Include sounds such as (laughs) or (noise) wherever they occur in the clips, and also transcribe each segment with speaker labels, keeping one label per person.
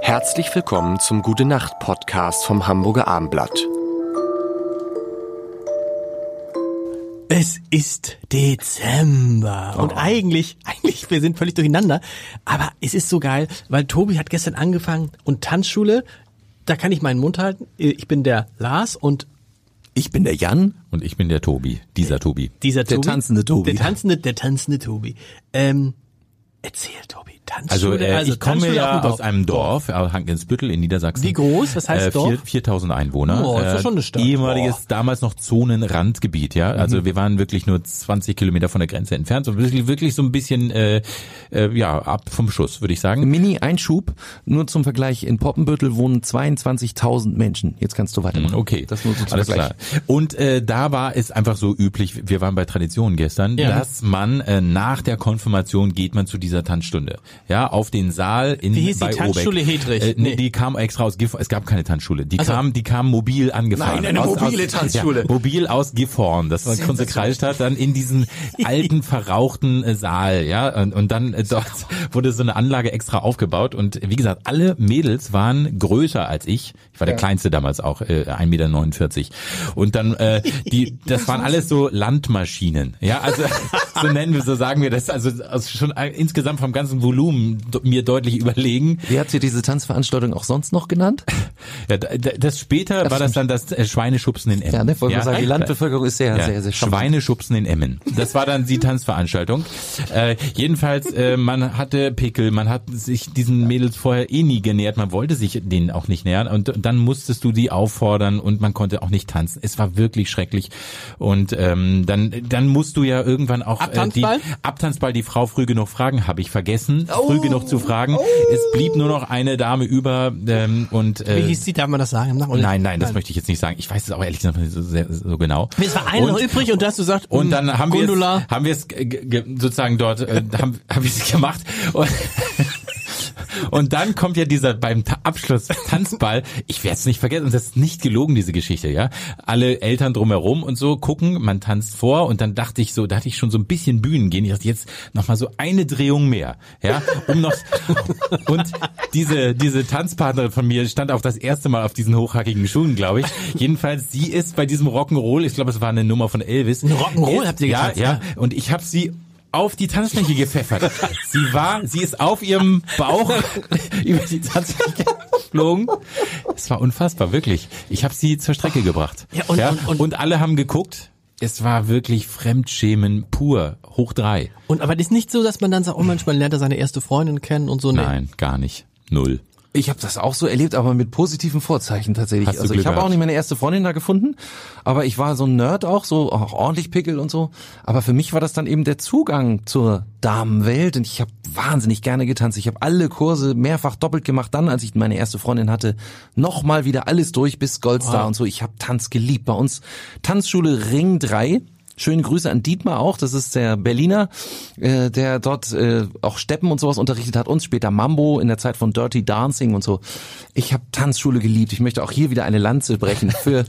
Speaker 1: Herzlich willkommen zum Gute Nacht Podcast vom Hamburger Armblatt.
Speaker 2: Es ist Dezember und eigentlich, eigentlich, wir sind völlig durcheinander, aber es ist so geil, weil Tobi hat gestern angefangen und Tanzschule, da kann ich meinen Mund halten. Ich bin der Lars und
Speaker 3: Ich bin der Jan.
Speaker 4: Und ich bin der Tobi, dieser Tobi.
Speaker 2: dieser
Speaker 3: Der
Speaker 2: Tobi.
Speaker 3: tanzende Tobi.
Speaker 2: Der tanzende, der tanzende Tobi. Ähm, erzähl Tobi, Tanzschule.
Speaker 4: Also, äh, ich komme
Speaker 2: Tanzschule auf
Speaker 4: ja
Speaker 2: dem Dorf.
Speaker 4: aus einem Dorf, äh, Hankensbüttel in Niedersachsen.
Speaker 2: Wie groß? Was heißt
Speaker 4: äh,
Speaker 2: Dorf?
Speaker 4: 4000 Einwohner.
Speaker 2: Oh, ist ja
Speaker 4: Äh,
Speaker 2: schon eine Stadt.
Speaker 4: Ehemaliges,
Speaker 2: Boah. Mhm.
Speaker 4: damals noch Zonenrandgebiet, ja. Also wir waren wirklich nur 20 Kilometer von der Grenze entfernt und wirklich, wirklich so ein bisschen, äh, äh, ja, ab vom Schuss, würde ich sagen.
Speaker 3: Mini-Einschub. Nur zum Vergleich. In Poppenbüttel wohnen 22.000 Menschen. Jetzt kannst du weitermachen.
Speaker 4: Mhm, Okay,
Speaker 3: Mhm. Das nur so zum
Speaker 4: alles
Speaker 3: Vergleich.
Speaker 4: klar. Und äh, da war es einfach so üblich, wir waren bei Tradition gestern,
Speaker 2: Ja.
Speaker 4: dass man äh, nach der Konfirmation geht man zu dieser Tanzstunde. Ja, auf den Saal in
Speaker 2: Wie hieß die
Speaker 4: bei
Speaker 2: Tanzschule
Speaker 4: Obeck.
Speaker 2: Hedrich?
Speaker 4: Äh, nee,
Speaker 2: Nee.
Speaker 4: die kam extra aus Gif es gab keine Tanzschule. Die
Speaker 2: so.
Speaker 4: kam die kam mobil angefahren.
Speaker 3: Nein, eine
Speaker 4: aus,
Speaker 3: mobile
Speaker 4: aus,
Speaker 3: Tanzschule.
Speaker 4: (laughs) Ja, mobil aus Gifhorn, das man kurz gekreischt hat, dann in diesen
Speaker 3: (laughs)
Speaker 4: alten verrauchten äh, Saal, ja, und, und dann äh, dort
Speaker 3: Genau.
Speaker 4: wurde so eine Anlage extra aufgebaut und wie gesagt, alle Mädels waren größer als ich. Ich war der kleinste damals auch, äh, 1,49 Meter. Und dann äh,
Speaker 3: (laughs)
Speaker 4: die das waren alles so Landmaschinen, ja, also (laughs) so nennen wir so sagen wir das, also aus- schon ein- insgesamt vom ganzen Volumen do- mir deutlich überlegen.
Speaker 3: Wie habt ihr diese Tanzveranstaltung auch sonst noch genannt?
Speaker 4: Ja, da- da- das später war das dann das äh, Schweineschubsen in Emmen.
Speaker 3: Ja, ne? Wollte man sagen, die
Speaker 4: (laughs) echt?
Speaker 3: Landbevölkerung ist sehr,
Speaker 4: Ja,
Speaker 3: sehr, sehr schwach.
Speaker 4: Schweineschubsen in Emmen. Das war dann die Tanzveranstaltung. Äh, jedenfalls, äh, man hatte Pickel, man hat sich diesen Mädels vorher eh nie genähert, man wollte sich denen auch nicht nähern und dann musstest du die auffordern und man konnte auch nicht tanzen. Es war wirklich schrecklich und ähm, dann dann musst du ja irgendwann auch
Speaker 2: Abtanzball? Oh.
Speaker 4: Äh, die, Abtanzball die Frau früh genug fragen, habe ich vergessen, früh genug zu fragen. Es blieb nur noch eine Dame über ähm, und äh,
Speaker 2: Wie hieß die, darf man das sagen? im Nachhinein?
Speaker 4: Nein, nein, das möchte ich jetzt nicht sagen. Ich weiß es auch ehrlich gesagt nicht so, sehr, so genau.
Speaker 2: Es war eine
Speaker 4: und,
Speaker 2: noch übrig und du hast gesagt,
Speaker 4: und
Speaker 2: mm,
Speaker 4: dann haben wir
Speaker 2: Gundula.
Speaker 4: es, haben wir es äh, ge- ge- sozusagen dort äh, haben, (laughs) haben wir es gemacht und Und dann kommt ja dieser beim Ta Abschluss Tanzball. Ich werde es nicht vergessen und das ist nicht gelogen diese Geschichte, ja. Alle Eltern drumherum und so gucken, man tanzt vor und dann dachte ich so, da hatte ich schon so ein bisschen Bühnen gehen. Ich dachte jetzt noch mal so eine Drehung mehr, ja, um noch (laughs) und diese diese Tanzpartnerin von mir stand auch das erste Mal auf diesen hochhackigen Schuhen, glaube ich. Jedenfalls sie ist bei diesem Rock'n'Roll, ich glaube, es war eine Nummer von Elvis.
Speaker 2: Rock'n'Roll
Speaker 4: Ist-
Speaker 2: habt ihr getanzt,
Speaker 4: Ja, ja, und ich habe sie auf die Tanzfläche gepfeffert. Sie war, sie ist auf ihrem Bauch (laughs) über die Tanzfläche geflogen. Es war unfassbar, wirklich. Ich habe sie zur Strecke gebracht.
Speaker 2: Ja, und- und- und-
Speaker 4: alle haben geguckt. Es war wirklich Fremdschämen pur, hoch drei.
Speaker 2: Und aber das ist nicht so, dass man dann sagt, oh Mensch, man lernt da seine erste Freundin kennen und so. Nee.
Speaker 4: Nein, gar nicht. Null.
Speaker 3: Ich habe das auch so erlebt, aber mit positiven Vorzeichen tatsächlich.
Speaker 4: Hast du
Speaker 3: also ich
Speaker 4: Glück
Speaker 3: habe auch
Speaker 4: gehabt.
Speaker 3: nicht meine erste Freundin da gefunden, aber ich war so ein Nerd auch, so auch ordentlich Pickel und so. Aber für mich war das dann eben der Zugang zur Damenwelt und ich habe wahnsinnig gerne getanzt. Ich habe alle Kurse mehrfach doppelt gemacht. Dann, als ich meine erste Freundin hatte, nochmal wieder alles durch bis Goldstar und so. Ich habe Tanz geliebt. Bei uns Tanzschule Ring 3. Schöne Grüße an Dietmar auch, das ist der Berliner, äh, der dort äh, auch Steppen und sowas unterrichtet hat, uns später Mambo in der Zeit von Dirty Dancing und so. Ich habe Tanzschule geliebt. Ich möchte auch hier wieder eine Lanze brechen
Speaker 2: (laughs)
Speaker 3: für,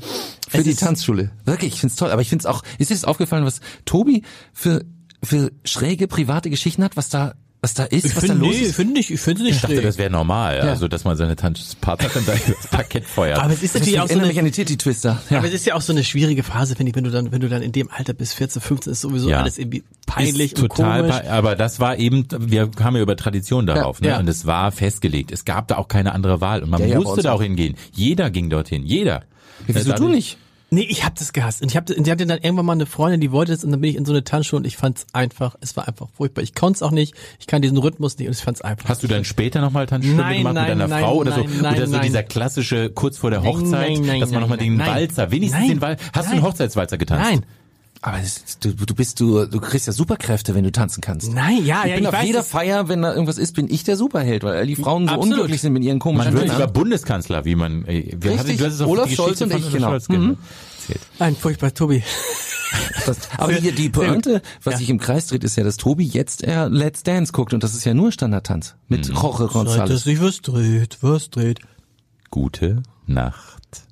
Speaker 3: für die
Speaker 2: ist-
Speaker 3: Tanzschule. Wirklich, ich find's toll. Aber ich find's auch, ist dir das aufgefallen, was Tobi für, für schräge private Geschichten hat, was da, was da ist,
Speaker 2: Ich
Speaker 3: was da
Speaker 2: finde
Speaker 3: los
Speaker 2: nee,
Speaker 3: ist?
Speaker 2: finde ich, ich finde
Speaker 4: Ich
Speaker 2: nicht
Speaker 4: dachte,
Speaker 2: schräg.
Speaker 4: das wäre normal,
Speaker 3: Ja.
Speaker 4: also dass man seine Tanzpartnerin da übers Parkett feuert.
Speaker 2: Aber es ist
Speaker 3: Ich
Speaker 2: natürlich auch so
Speaker 3: erinnere
Speaker 2: eine,
Speaker 3: mich an die Titty-Twister. Ja.
Speaker 2: aber es ist ja auch so eine schwierige Phase, finde ich, wenn du dann, wenn du dann in dem Alter bis 14, 15 ist sowieso
Speaker 4: Ja.
Speaker 2: alles irgendwie peinlich
Speaker 4: ist
Speaker 2: und
Speaker 4: total
Speaker 2: komisch.
Speaker 4: pe- aber das war eben wir kamen ja über Tradition darauf ne?
Speaker 2: ja.
Speaker 4: und es war festgelegt es gab da auch keine andere Wahl und man
Speaker 3: Ja, ja, bei
Speaker 4: musste
Speaker 3: uns
Speaker 4: da
Speaker 3: auch.
Speaker 4: auch hingehen jeder ging dorthin jeder
Speaker 3: Wieso
Speaker 4: Äh,
Speaker 3: du nicht?
Speaker 2: Nee, ich hab das gehasst. Und ich, hab, und ich hatte dann irgendwann mal eine Freundin, die wollte das und dann bin ich in so eine Tanzschule und ich fand's einfach, es war einfach furchtbar. Ich konnte es auch nicht, ich kann diesen Rhythmus nicht und ich fand's einfach.
Speaker 4: Hast du dann später nochmal Tanzstunde
Speaker 2: Nein,
Speaker 4: gemacht
Speaker 2: nein,
Speaker 4: mit deiner
Speaker 2: nein,
Speaker 4: Frau oder so?
Speaker 2: nein, nein,
Speaker 4: oder so
Speaker 2: nein.
Speaker 4: dieser klassische kurz vor der Hochzeit,
Speaker 2: nein, nein,
Speaker 4: dass man nochmal
Speaker 2: nein,
Speaker 4: den
Speaker 2: nein.
Speaker 4: Walzer, wenigstens
Speaker 2: Nein.
Speaker 4: den Walzer. Hast du
Speaker 2: Nein.
Speaker 4: einen Hochzeitswalzer getanzt?
Speaker 2: Nein,
Speaker 3: Aber es ist, du, du bist, du, du kriegst ja Superkräfte, wenn du tanzen kannst.
Speaker 2: nein, ja, Ah,
Speaker 3: ich
Speaker 2: ja,
Speaker 3: bin
Speaker 2: ich
Speaker 3: auf
Speaker 2: weiß
Speaker 3: jeder
Speaker 2: es.
Speaker 3: Feier, wenn da irgendwas ist, bin ich der Superheld, weil die Frauen so
Speaker 2: Absolut.
Speaker 3: unglücklich sind mit ihren komischen
Speaker 4: Man wird
Speaker 3: Männern.
Speaker 4: sogar Bundeskanzler, wie man. äh, Wir
Speaker 3: Richtig,
Speaker 4: du hast es auf
Speaker 3: Olaf
Speaker 4: die Geschichte
Speaker 3: Scholz und
Speaker 4: von
Speaker 3: ich,
Speaker 4: Olaf
Speaker 3: genau.
Speaker 4: Scholz,
Speaker 2: Mhm.
Speaker 4: genau. erzählt.
Speaker 2: Nein, furchtbar, Tobi.
Speaker 3: Das, aber die, die Pointe, was sich im Kreis dreht, ist ja, dass Tobi jetzt eher Let's Dance guckt und das ist ja nur Standardtanz mit Jorge
Speaker 2: Seit es
Speaker 3: González.
Speaker 2: sich was dreht, was dreht.
Speaker 4: Gute Nacht.